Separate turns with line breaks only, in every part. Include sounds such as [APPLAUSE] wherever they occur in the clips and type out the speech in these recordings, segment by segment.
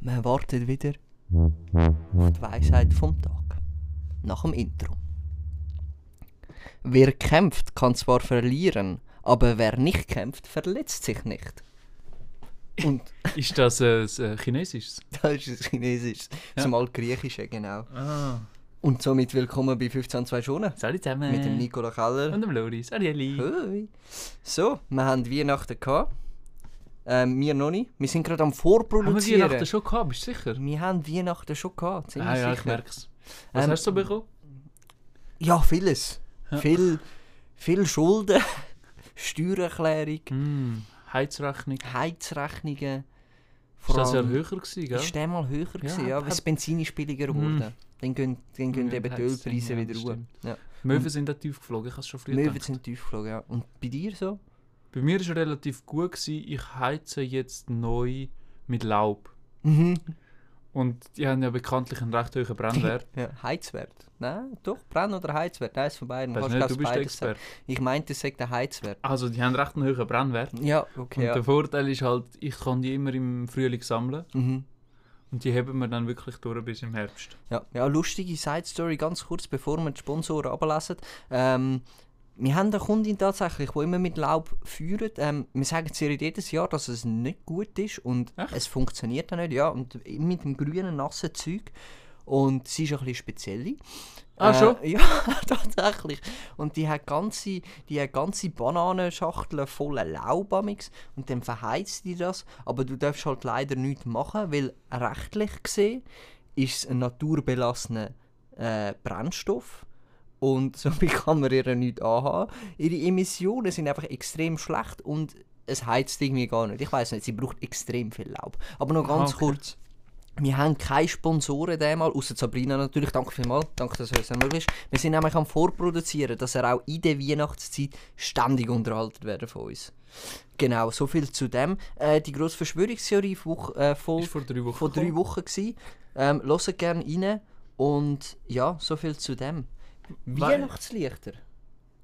Man wartet wieder auf die Weisheit vom Tag. Nach dem Intro. Wer kämpft, kann zwar verlieren, aber wer nicht kämpft, verletzt sich nicht. Und [LAUGHS]
Ist das äh, s- äh, Chinesisches?
das ist das Chinesisches,
Ja.
zumal Griechische, genau.
Ah.
Und somit willkommen bei 15.2 Schonen
Salut zusammen.
mit dem Nicola Keller.
Äh. Und dem Loris. Arieli.
Hoi. So, wir haben Weihnachten gehabt. Ähm, wir noch nicht. Wir sind gerade am Vorproduzieren.
Haben wir Weihnachten schon gehabt? Bist du sicher?
Wir haben Weihnachten schon gehabt, ziemlich
Ah ja, ich
sicher.
merk's. Was
Ähm,
hast du bekommen?
ja, vieles.
Ja.
Viel, viel Schulden, [LAUGHS] Steuererklärung,
Hm, Heizrechnung.
Heizrechnungen.
Hm. Ist das ja höher gewesen, gell?
Ist der mal höher gewesen, ja,
Ja,
weil das
hat- Hm.
Benzin ist billiger geworden. Dann gehen, dann gehen
Ja,
eben die
hat's Sinn,
Ölpreise
ja,
wieder
das
hoch.
stimmt.
Ja.
Möwen sind da tief geflogen, ich hab's schon früher
Möwen
gedacht.
sind tief geflogen, ja. Und bei dir so?
Bei mir war relativ gut, gewesen. ich heize jetzt neu mit Laub.
Mhm.
Und die haben ja bekanntlich einen recht
[LAUGHS]
hohen Brennwert.
Ja, Heizwert. Nein, doch, Brenn- oder Heizwert. Nein, ist von beiden.
Weißt
Kannst
du nicht,
kannst
du bist der
beides sagen.
Experte.
Ich meinte, es sei der Heizwert.
Also, die haben recht einen hohen Brennwert.
Ja, okay.
Und
Ja.
der Vorteil ist halt, ich kann die immer im Frühling sammeln.
Mhm.
Und die heben wir dann wirklich durch bis im Herbst.
Ja. ja, lustige Side-Story, ganz kurz, bevor wir die Sponsoren runterlassen. Ähm, wir haben eine Kundin tatsächlich, die immer mit Laub führt. Ähm, wir sagen sie jedes Jahr, dass es nicht gut ist und
Echt?
es funktioniert auch nicht. Ja, und mit dem grünen, nassen Zeug. Und sie ist ein bisschen speziell.
Ah, schon?
[LAUGHS] Ja, tatsächlich. Und die hat ganze, die hat ganze Bananenschachteln voller Laub amix. und dann verheizt die das. Aber du darfst halt leider nichts machen, weil rechtlich gesehen ist es ein naturbelassener äh, Brennstoff. Und [LAUGHS] somit kann man ihr nichts anhaben. Ihre Emissionen sind einfach extrem schlecht und es heizt irgendwie gar nicht. Ich weiß nicht, sie braucht extrem viel Laub. Aber noch ganz
Ah, okay.
kurz. Wir haben keine Sponsoren diesmal, außer Sabrina natürlich. Danke vielmals, danke, dass es uns möglich ist. Wir sind nämlich am Vorproduzieren, dass er auch in der Weihnachtszeit ständig unterhalten werden von uns. Genau, so viel zu dem. Äh, die grosse Verschwörungstheorie Woche, äh, Folge
Ist vor drei Wochen.
von drei
gekommen.
Wochen gsi. Ähm, hört gerne rein. Und ja, so viel zu dem.
Wei-
Weihnachtslichter.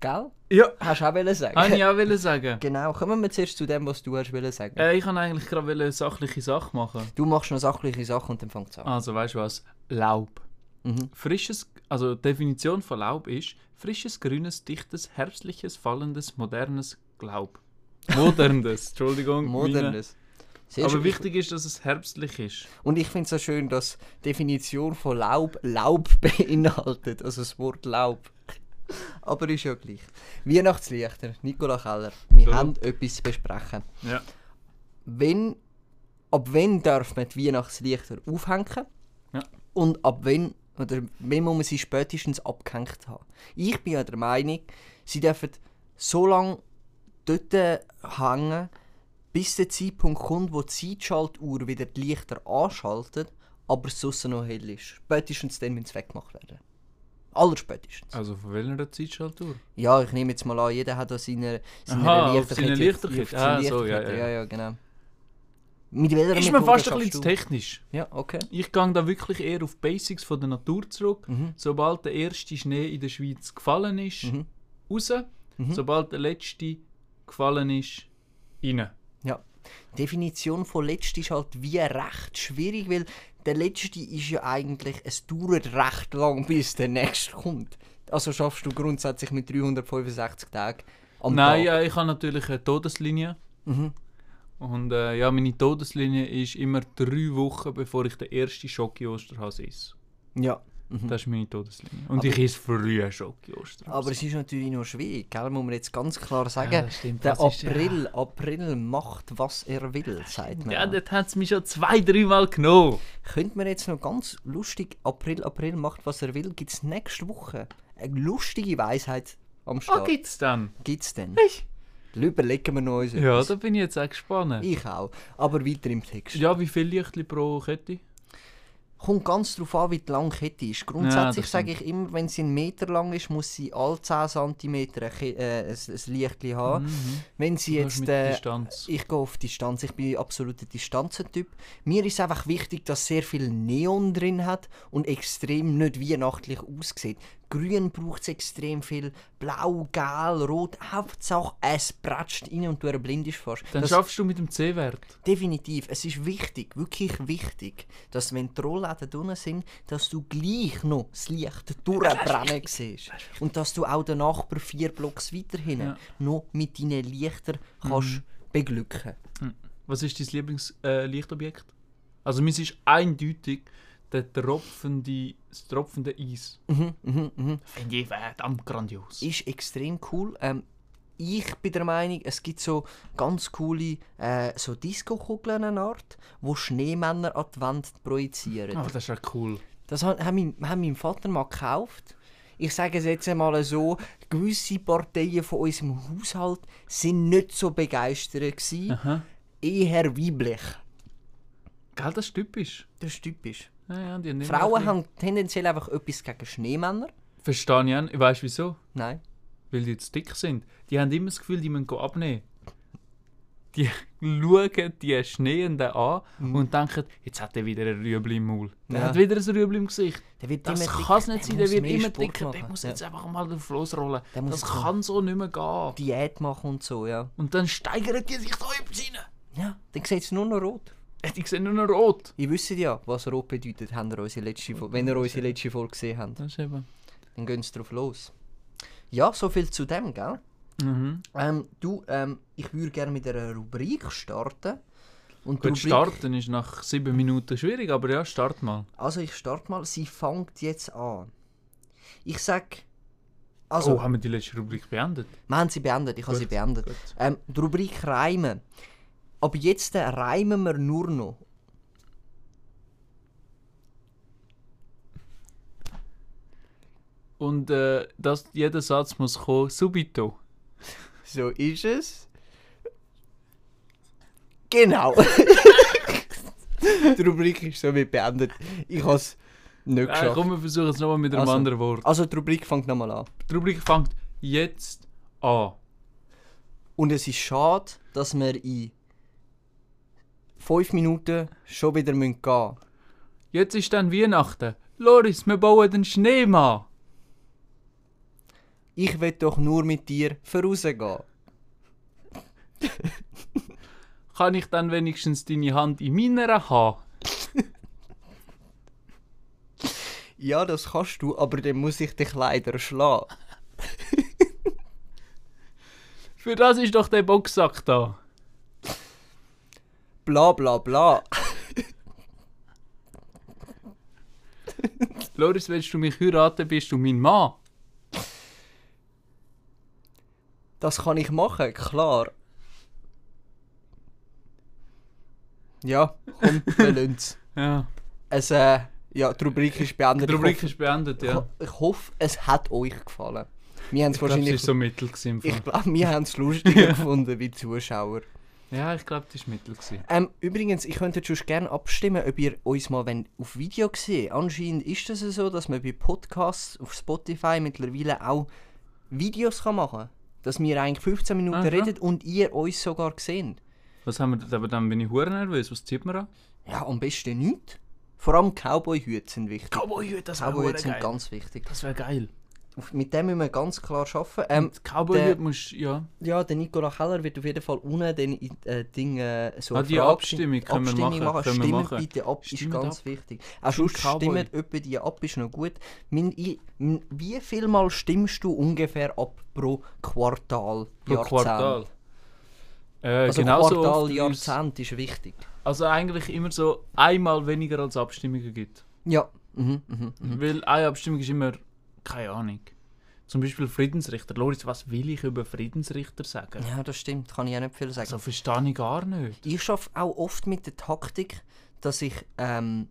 Gell?
Ja,
Hast du auch wollen
[LAUGHS] habe ich
sagen?
auch wollen
[LAUGHS]
sagen.
genau, kommen wir zuerst zu dem, was du hast wollen sagen.
Äh, ich wollte eigentlich gerade wollen eine sachliche Sache machen.
Du machst noch sachliche Sachen und dann fängt es an.
Also, weißt du was? Laub.
Mhm.
Frisches, also die Definition von Laub ist frisches, grünes, dichtes, herbstliches, fallendes, modernes Laub. [LAUGHS] Modernes, Entschuldigung. meine-
Modernes. Sehr schön.
Aber wichtig ist, dass es herbstlich ist.
Und ich finde es so schön, dass die Definition von Laub Laub [LAUGHS] beinhaltet. Also das Wort Laub. Aber ist ja gleich. Weihnachtslichter, Nicola Keller. Wir
So.
haben etwas zu besprechen.
Ja.
wenn, ab wann darf man die Weihnachtslichter aufhängen
Ja.
und ab wann, oder wann muss man sie spätestens abgehängt haben. Ich bin ja der Meinung, sie dürfen so lange dort hängen, bis der Zeitpunkt kommt, wo die Zeitschaltuhr wieder die Lichter anschaltet, aber es sonst noch hell ist. Spätestens dann, wenn es weggemacht werden. Allerspätestens.
Also von welcher Zeitschaltuhr?
Ja, ich nehme jetzt mal an, jeder hat da seine, seine
Aha, auf
Lichterkette.
seine Lichterkette.
auf seine
Ah, so, ja,
Lichterkette.
ja.
ja, genau. Mit welcher
Ist mir
Methode
fast ein
schaffst
bisschen zu
du?
technisch.
Ja, okay.
Ich gehe da wirklich eher auf die Basics von der Natur zurück.
Mhm.
Sobald der erste Schnee in der Schweiz gefallen ist,
Mhm.
raus.
Mhm.
Sobald der letzte gefallen ist, rein.
Ja. Definition von letzt ist halt wie recht schwierig, weil der letzte ist ja eigentlich, es dauert recht lang, bis der nächste kommt. Also schaffst du grundsätzlich mit 365 Tagen am
Nein,
Tag.
äh, ich habe natürlich eine Todeslinie.
Mhm.
Und äh, ja, meine Todeslinie ist immer drei Wochen, bevor ich den ersten Schoki Osterhase esse.
Ja. Mhm.
Das ist meine Todeslinie. Und ich esse früh Schoki Osterhase.
Aber es ist natürlich noch schwierig, gell? muss man jetzt ganz klar sagen.
Ja, das stimmt,
der
das ist ja-
April, April macht, was er will, sagt man.
ja,
auch.
dort hat es mich schon zwei, dreimal genommen.
Könnte man jetzt noch ganz lustig, April, April macht, was er will, gibt es nächste Woche eine lustige Weisheit am
Was
Start.
oh, gibt's dann?
Gibt's denn? Überlegen wir noch uns
Ja,
etwas.
da bin ich jetzt auch gespannt.
Ich auch. Aber weiter im Text.
Ja, wie viel Lichtli pro Kette?
Kommt ganz darauf an, wie die lange Kette ist.
Ja,
Grundsätzlich
das
sage ich immer, wenn sie einen Meter lang ist, muss sie alle 10 cm ein, Ke- äh, ein, ein Lichtchen haben.
Mhm.
Wenn sie
Du hast
jetzt
mit
äh,
Distanz.
Ich gehe auf Distanz, ich bin absoluter Distanzentyp. Mir ist einfach wichtig, dass sehr viel Neon drin hat und extrem nicht weihnachtlich aussieht. Grün braucht es extrem viel. Blau, Gel, Rot. Hauptsache, es pratscht rein und du erblindest fast.
Dann
Das-
schaffst du mit dem C-Wert.
Definitiv. Es ist wichtig, wirklich wichtig, dass wenn die Rollläden drinnen sind, dass du gleich noch das Licht durchbrennen siehst. Und dass du auch den Nachbar vier Blocks weiterhin
Ja.
noch mit deinen Lichtern kannst beglücken
Was ist dein Lieblingslichtobjekt? also, meins ist eindeutig der tropfende, das tropfende Eis.
Mhm, mhm, mhm.
Finde ich verdammt grandios.
Ist extrem cool. Ähm, ich bin der Meinung, es gibt so ganz coole äh, so Disco-Kugeln eine Art, wo Schneemänner an die Wand projizieren.
Oh, das ist ja cool.
Das hat, hat, mein, hat mein Vater mal gekauft. Ich sage es jetzt einmal so, gewisse Parteien von unserem Haushalt sind nicht so begeistert gewesen,
Aha.
eher weiblich.
Gell, das ist typisch.
Das ist typisch.
Ja, ja, die haben immer ein
Frauen
bisschen-
haben tendenziell einfach etwas gegen Schneemänner.
Verstehe ich auch. Weißt du wieso?
Nein.
Weil die zu dick sind. Die haben immer das Gefühl, die müssen go abnehmen. Die [LAUGHS] schauen die Schneeenden an und denken, jetzt hat er wieder ein Rüebli im Maul. Der
Mhm. Ja.
hat wieder ein Rüebli im Gesicht.
Der wird
Das
immer dicker,
kann es nicht sein, der
muss
wird
mehr
immer
Sport
dicker. Der
machen.
muss
Ja.
jetzt einfach mal drauf losrollen.
Der muss
Das
jetzt mal-
kann so nicht mehr gehen.
Diät machen und so, ja.
Und dann steigern die sich so übelst rein.
Ja, dann sieht es nur noch rot.
Äh, Die sehen nur noch rot.
Ihr wisst ja, was rot bedeutet, habt ihr unsere letzte, Fol- wenn ihr unsere letzte Folge gesehen habt.
Das ist eben.
Dann geht es drauf los. Ja, so viel zu dem, gell?
Mhm.
Ähm, du, ähm, ich würde gerne mit einer Rubrik starten. Und die Rubrik,
Gut, starten ist nach sieben Minuten schwierig, aber ja, start mal.
Also ich starte mal. Sie fängt jetzt an. Ich sag, also
Oh, haben wir die letzte Rubrik beendet?
wir haben sie beendet. Ich habe sie
Gut,
beendet.
gut.
Ähm, die Rubrik Reimen. Ab jetzt äh, reimen wir nur noch.
Und äh, das, jeder Satz muss kommen, subito.
So ist es. Genau. [LAUGHS] die Rubrik ist somit beendet. Ich habe es nicht
Äh, komm, wir versuchen es nochmal mit einem
Also.
anderen Wort.
Also die Rubrik fängt nochmal an.
Die Rubrik fängt jetzt an.
Und es ist schade, dass wir in fünf Minuten schon wieder gehen müssen.
Jetzt ist dann Weihnachten. Loris, wir bauen den Schneemann.
Ich will doch nur mit dir vorausgehen.
Kann ich dann wenigstens deine Hand in meiner haben?
Ja, das kannst du, aber dann muss ich dich leider schlagen.
Für das ist doch der Boxsack da.
Bla bla bla.
Loris, willst du mich heiraten, bist du mein Mann.
Das kann ich machen, klar. Ja,
[LAUGHS]
komm, wir lassen's.
Ja.
Es, äh, ja, die Rubrik ist beendet.
Die Rubrik ist beendet,
ich,
ja.
hoffe, ich hoffe, es hat euch gefallen. Wir haben es
Ich glaube, es
wahrscheinlich...
ist so mittel. gewesen im
ich
Fall.
glaube,
[LAUGHS]
wir haben es lustiger gefunden wie die Zuschauer.
Ja, ich glaube, es war mittel. gewesen.
Ähm, übrigens, ich könnte schon gerne abstimmen, ob ihr uns mal wenn auf Video seht. Anscheinend ist es das so, dass man bei Podcasts auf Spotify mittlerweile auch Videos kann machen kann. Dass wir eigentlich 15 Minuten
Aha.
reden und ihr uns sogar seht.
Was haben wir denn? Aber dann bin ich hure nervös. Was zieht man an?
Ja, am besten nicht. Vor allem Cowboy-Hüte sind wichtig.
Cowboy, das
Cowboy-Hüte sind ganz wichtig.
Das wäre geil.
Auf- Mit dem müssen wir ganz klar arbeiten. Ähm,
Das Cowboy
Der-
musst ja.
ja, der Nicola Keller wird auf jeden Fall unten den äh, Ding äh, so
Ah, die
Frage-
Abstimmung können wir machen, können wir
Stimmt
machen.
bitte ab,
Stimmt
ist ganz
ab.
wichtig. Auch sonst
Cowboy.
stimmt öppe die ab, ist noch gut. Mein, ich, m- wie viel Mal stimmst du ungefähr ab pro Quartal?
Pro
Jahrzehnt?
Quartal. Äh,
Also
genauso oft
Quartal,
wie
Jahrzehnt ist wichtig.
es- Also eigentlich immer so einmal weniger als Abstimmungen gibt.
Ja. Mhm, mhm.
Weil eine Abstimmung ist immer keine Ahnung. Zum Beispiel Friedensrichter. Loris, was will ich über Friedensrichter sagen?
Ja, das stimmt. Kann ich auch nicht viel sagen.
Also verstehe ich gar nicht.
Ich arbeite auch oft mit der Taktik, dass ich. Ähm,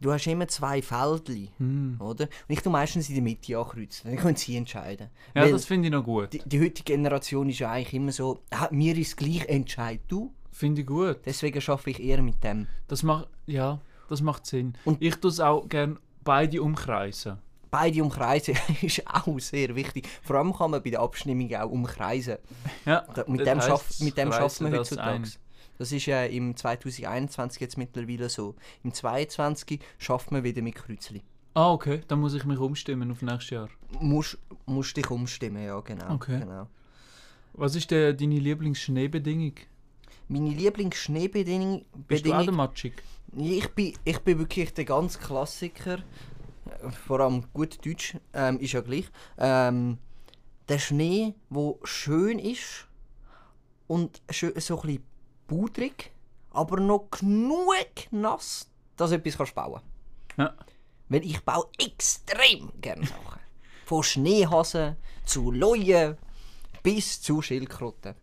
du hast immer zwei Feldli,
Hm.
oder? Und ich tue meistens in der Mitte ankreuzen. Dann können sie entscheiden.
Ja,
Weil
das finde ich noch gut.
die, die heutige Generation ist ja eigentlich immer so, ah, mir ist gleich entscheid du.
Finde ich gut.
Deswegen schaffe ich eher mit dem.
Das macht ja, das macht Sinn.
Und-
ich tue es auch gerne beide umkreisen.
Beide umkreisen [LAUGHS] ist auch sehr wichtig. Vor allem kann man bei der Abstimmung auch umkreisen.
Ja,
Da, mit,
das
dem
heisst,
schaff, mit dem
kreisen
schafft man
das
heutzutage.
ein.
Das, ist ja im 2021 jetzt mittlerweile so. Im 2022 schafft man wieder mit Kreuzli.
Ah, okay, dann muss ich mich umstimmen auf nächstes Jahr.
Musst, musst dich umstimmen, ja, genau.
Okay.
genau.
Was ist denn deine Lieblingsschneebedingung?
Meine Lieblingsschneebedingung.
Bist du auch der Matschig?
Ich bin, ich bin wirklich der ganz Klassiker, äh, vor allem gut Deutsch, ähm, ist ja gleich. Ähm, der Schnee, wo schön ist und schö so ein bisschen pudrig, aber noch genug nass, dass du etwas kannst bauen
Ja.
Weil ich baue extrem gerne Sachen. Von Schneehasen zu Leuen bis zu Schildkröten.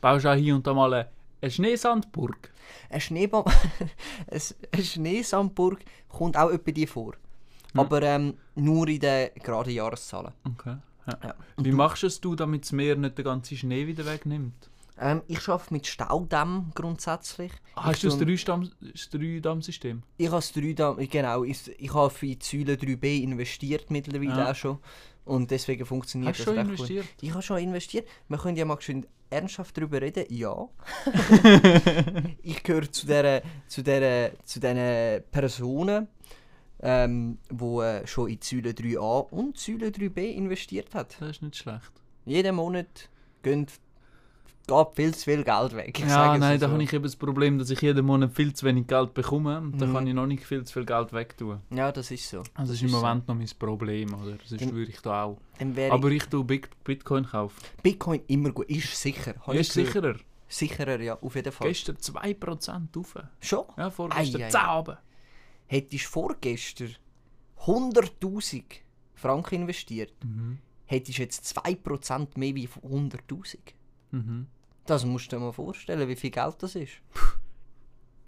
Baust du auch hier und da mal eine- eine Schneesandburg?
Ein Schneeball, ein, [LAUGHS] ein Schneesandburg kommt auch etwa die vor. Aber ähm, nur in den geraden Jahreszahlen.
Okay.
Ja.
Ja. Wie machst es du es, damit das Meer nicht den ganzen Schnee wieder wegnimmt?
Ähm, ich arbeite mit Staudämmen grundsätzlich.
Ah,
ich
hast du das
tue-
Dreistamm- das Dreidammsystem?
Ich habe das 3 da, genau, ich, ich habe für die Säule 3b investiert mittlerweile
Ja.
auch schon. Und deswegen funktioniert
Hast du
das
schon
recht
investiert?
gut. Ich habe schon investiert. Wir können ja mal schön ernsthaft darüber reden.
[LAUGHS]
Ja. ich gehöre zu dieser, zu dieser, zu diesen Personen, ähm, wo äh, schon in die Säule 3a und die Säule 3b investiert hat.
Das ist nicht schlecht.
Jeden Monat gehen, geht viel zu viel Geld weg. Ich sage
ja,
es
nein,
so.
da habe ich eben das Problem, dass ich jeden Monat viel zu wenig Geld bekomme und dann
Mhm.
kann ich noch nicht viel zu viel Geld wegtun.
Ja, das ist so.
Also das ist
ist
im
so.
Moment noch mein Problem, oder? Sonst
Dann-
würde ich da auch.
Dann wäre
Aber ich tue Bit- Bitcoin kaufen.
ich Bitcoin immer gut. Ist sicher. Habe ich
Ist
gehört.
sicherer.
Sicherer, ja, auf jeden Fall.
Gestern 2% rauf.
Schon?
Ja, vorgestern
Ei, ei.
10 runter.
Hättest du vorgestern 100.000 Franken investiert,
Mhm.
hättest du jetzt 2% mehr wie 100.000.
Mhm.
Das musst du dir mal vorstellen, wie viel Geld das ist.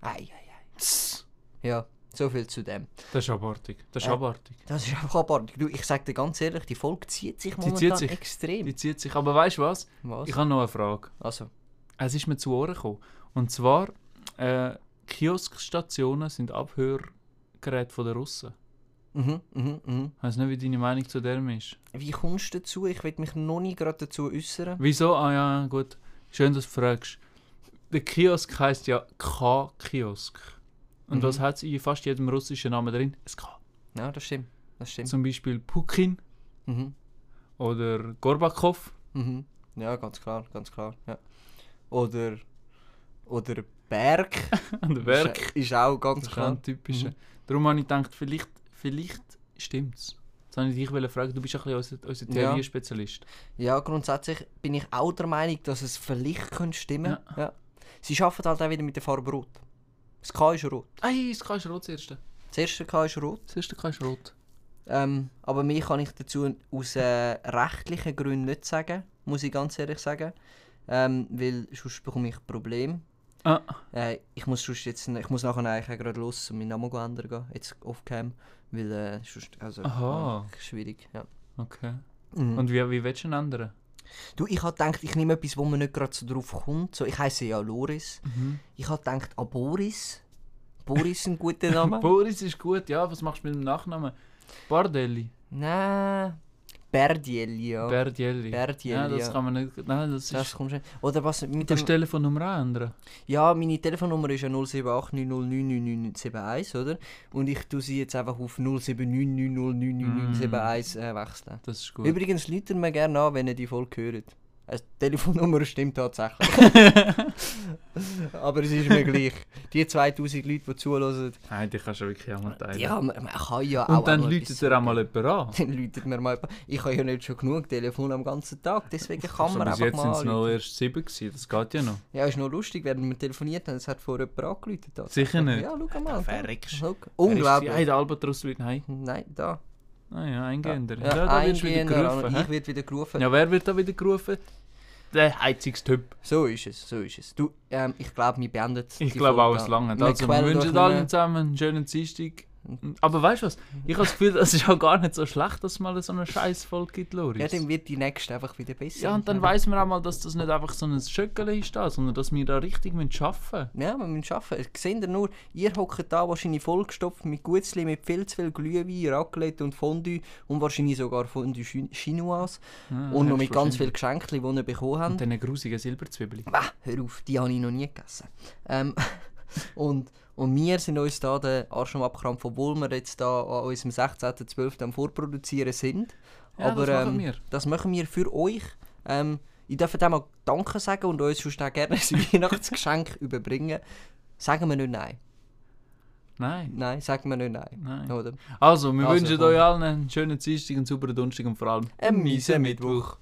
Ei, ei, ei.
Psst.
Ja, so viel zu dem.
Das ist abartig. Das ist
Äh,
abartig.
Das ist einfach abartig. Du, ich sag dir ganz ehrlich, die Folge zieht sich momentan
zieht sich.
extrem.
Die zieht sich. Aber weißt du was?
Was?
Ich habe noch eine Frage.
Also,
Es ist mir zu Ohren gekommen. Und zwar, äh, Kioskstationen sind Abhörgeräte von den Russen.
mhm, mhm, mhm.
Ich weiss nicht, wie deine Meinung zu dem ist.
Wie kommst du dazu? Ich will mich noch nicht gerade dazu äußern.
Wieso? Ah ja, gut. Schön, dass du fragst. Der Kiosk heißt ja K-Kiosk. Und
Mhm.
was hat es in fast jedem russischen Namen drin? Es K.
Ja, das stimmt. Das stimmt.
Zum Beispiel Pukin
Mhm.
oder [LAUGHS] Gorbakow.
Mhm. Ja, ganz klar, ganz klar. Ja. Oder, oder Berg.
An der Werk.
Ist, ist auch ganz
Das ist
klar.
ein typischer.
Mhm.
Darum habe ich gedacht, vielleicht, vielleicht stimmt's. Jetzt wollte ich dich fragen, du bist ein bisschen unser, unser
Ja.
Theoriespezialist.
Ja, grundsätzlich bin ich auch der Meinung, dass es vielleicht könnte stimmen. Ja. Sie arbeiten halt auch wieder mit der Farbe Rot. Das K ist rot.
Ei, das K ist rot, das erste.
Das erste K ist rot.
Das erste K ist rot.
Ähm, aber mehr kann ich dazu aus äh, rechtlichen Gründen nicht sagen, muss ich ganz ehrlich sagen. Ähm, weil sonst bekomme ich Probleme.
Ah,
Äh, ich muss sonst jetzt, ich muss nachher eigentlich auch gerade los und meinen Namen ändern gehen, jetzt off-cam, weil äh, sonst, also,
Aha.
äh, schwierig, ja.
okay.
Mhm.
Und wie, wie willst du ihn ändern?
Du, ich habe gedacht, ich nehme etwas, wo man nicht gerade so drauf kommt, so, ich heiße ja Loris, ich habe gedacht, ah, Boris, Boris ist ein
[LAUGHS]
guter Name.
Boris ist gut, ja, was machst du mit dem Nachnamen? Bardelli.
Nein, Berdielli, ja.
Berdielli.
Berdielli,
ja, das
ja.
kann man nicht. Nein, das ist.
das kommt schon. Oder was mit
Du
dem,
kannst die Telefonnummer auch ändern.
ja, meine Telefonnummer ist ja 078909991, oder? Und ich tue sie jetzt einfach auf 079909991 äh, wechseln.
Das ist gut.
Übrigens läutet mir gerne an, wenn ihr die Folge hört. Also, die Telefonnummer stimmt
[LAUGHS]
tatsächlich. Aber es ist mir gleich. Die 2000 Leute, die zuhören,
Nein, die kannst du wirklich auch mal teilen.
ja, man, man kann ja auch
Und dann
einmal
läutet
etwas
er
sagen.
auch mal jemand an.
Dann läutet mir mal jemand- Ich habe ja nicht schon genug Telefon am ganzen Tag, deswegen kann
Also
man
bis
einfach
jetzt
mal
sind es
anrufen.
noch äh, erst sieben gewesen, das geht ja noch.
Ja, ist noch lustig, während wir telefoniert haben, es hat vorher jemand angeläutet. tatsächlich.
Sicher nicht.
Ja, schau mal.
verreckst.
Schau.
Er ist
Unglaublich.
der Albatros Leute, nein.
Nein, da.
Ah ja, Eingeänder. Ja,
Ja,
da wirst du wieder
eingehender Ahnung.
gerufen.
Ich
hä?
werde wieder gerufen.
Ja, wer wird da wieder gerufen? Der Heizungstyp.
So ist es, so ist es. Du, ähm, ich glaube, wir beenden
Ich
die Mhm.
glaube
Folge
auch, es
da.
lange.
Wir
Also, wir
quälen euch
wünschen
nicht
allen
mehr.
zusammen einen schönen Dienstag. Aber weißt du was? Ich habe das Gefühl, das ist auch gar nicht so schlecht, dass es mal so eine Scheißfolge gibt,
Ja,
Loris.
dann wird die nächste einfach wieder besser.
Ja, und dann weiss man auch mal, dass das nicht einfach so ein Schöckele ist, da, sondern dass wir da richtig müssen arbeiten
Ja, wir müssen arbeiten. Seht ihr nur, ihr hockt da wahrscheinlich vollgestopft mit Gutzli, mit viel zu viel Glühwein, Raclette und Fondue und wahrscheinlich sogar Fondue Chi- Chinoise
müssen.
und noch mit ganz vielen Geschenken, die ihr bekommen habt.
Und diesen grusigen Silberzwiebeln.
Bah, hör auf, die habe ich noch nie gegessen. Ähm, [LAUGHS] und, Und wir sind uns da den Arsch am Abkrampf, obwohl wir jetzt da an unserem 16.12. am Vorproduzieren sind.
Ja,
Aber
das machen
ähm,
wir.
das machen wir für euch. Ähm, ich darf dem auch Danke sagen und uns sonst auch gerne ein [LAUGHS] Weihnachtsgeschenk überbringen. Sagen wir nicht nein.
Nein.
Nein, sagen wir nicht nein.
Nein.
Oder?
Also, wir
Also,
wünschen
komm.
euch allen einen schönen Dienstag, einen sauberen Donnerstag und vor allem
Einen miesen Mittwoch.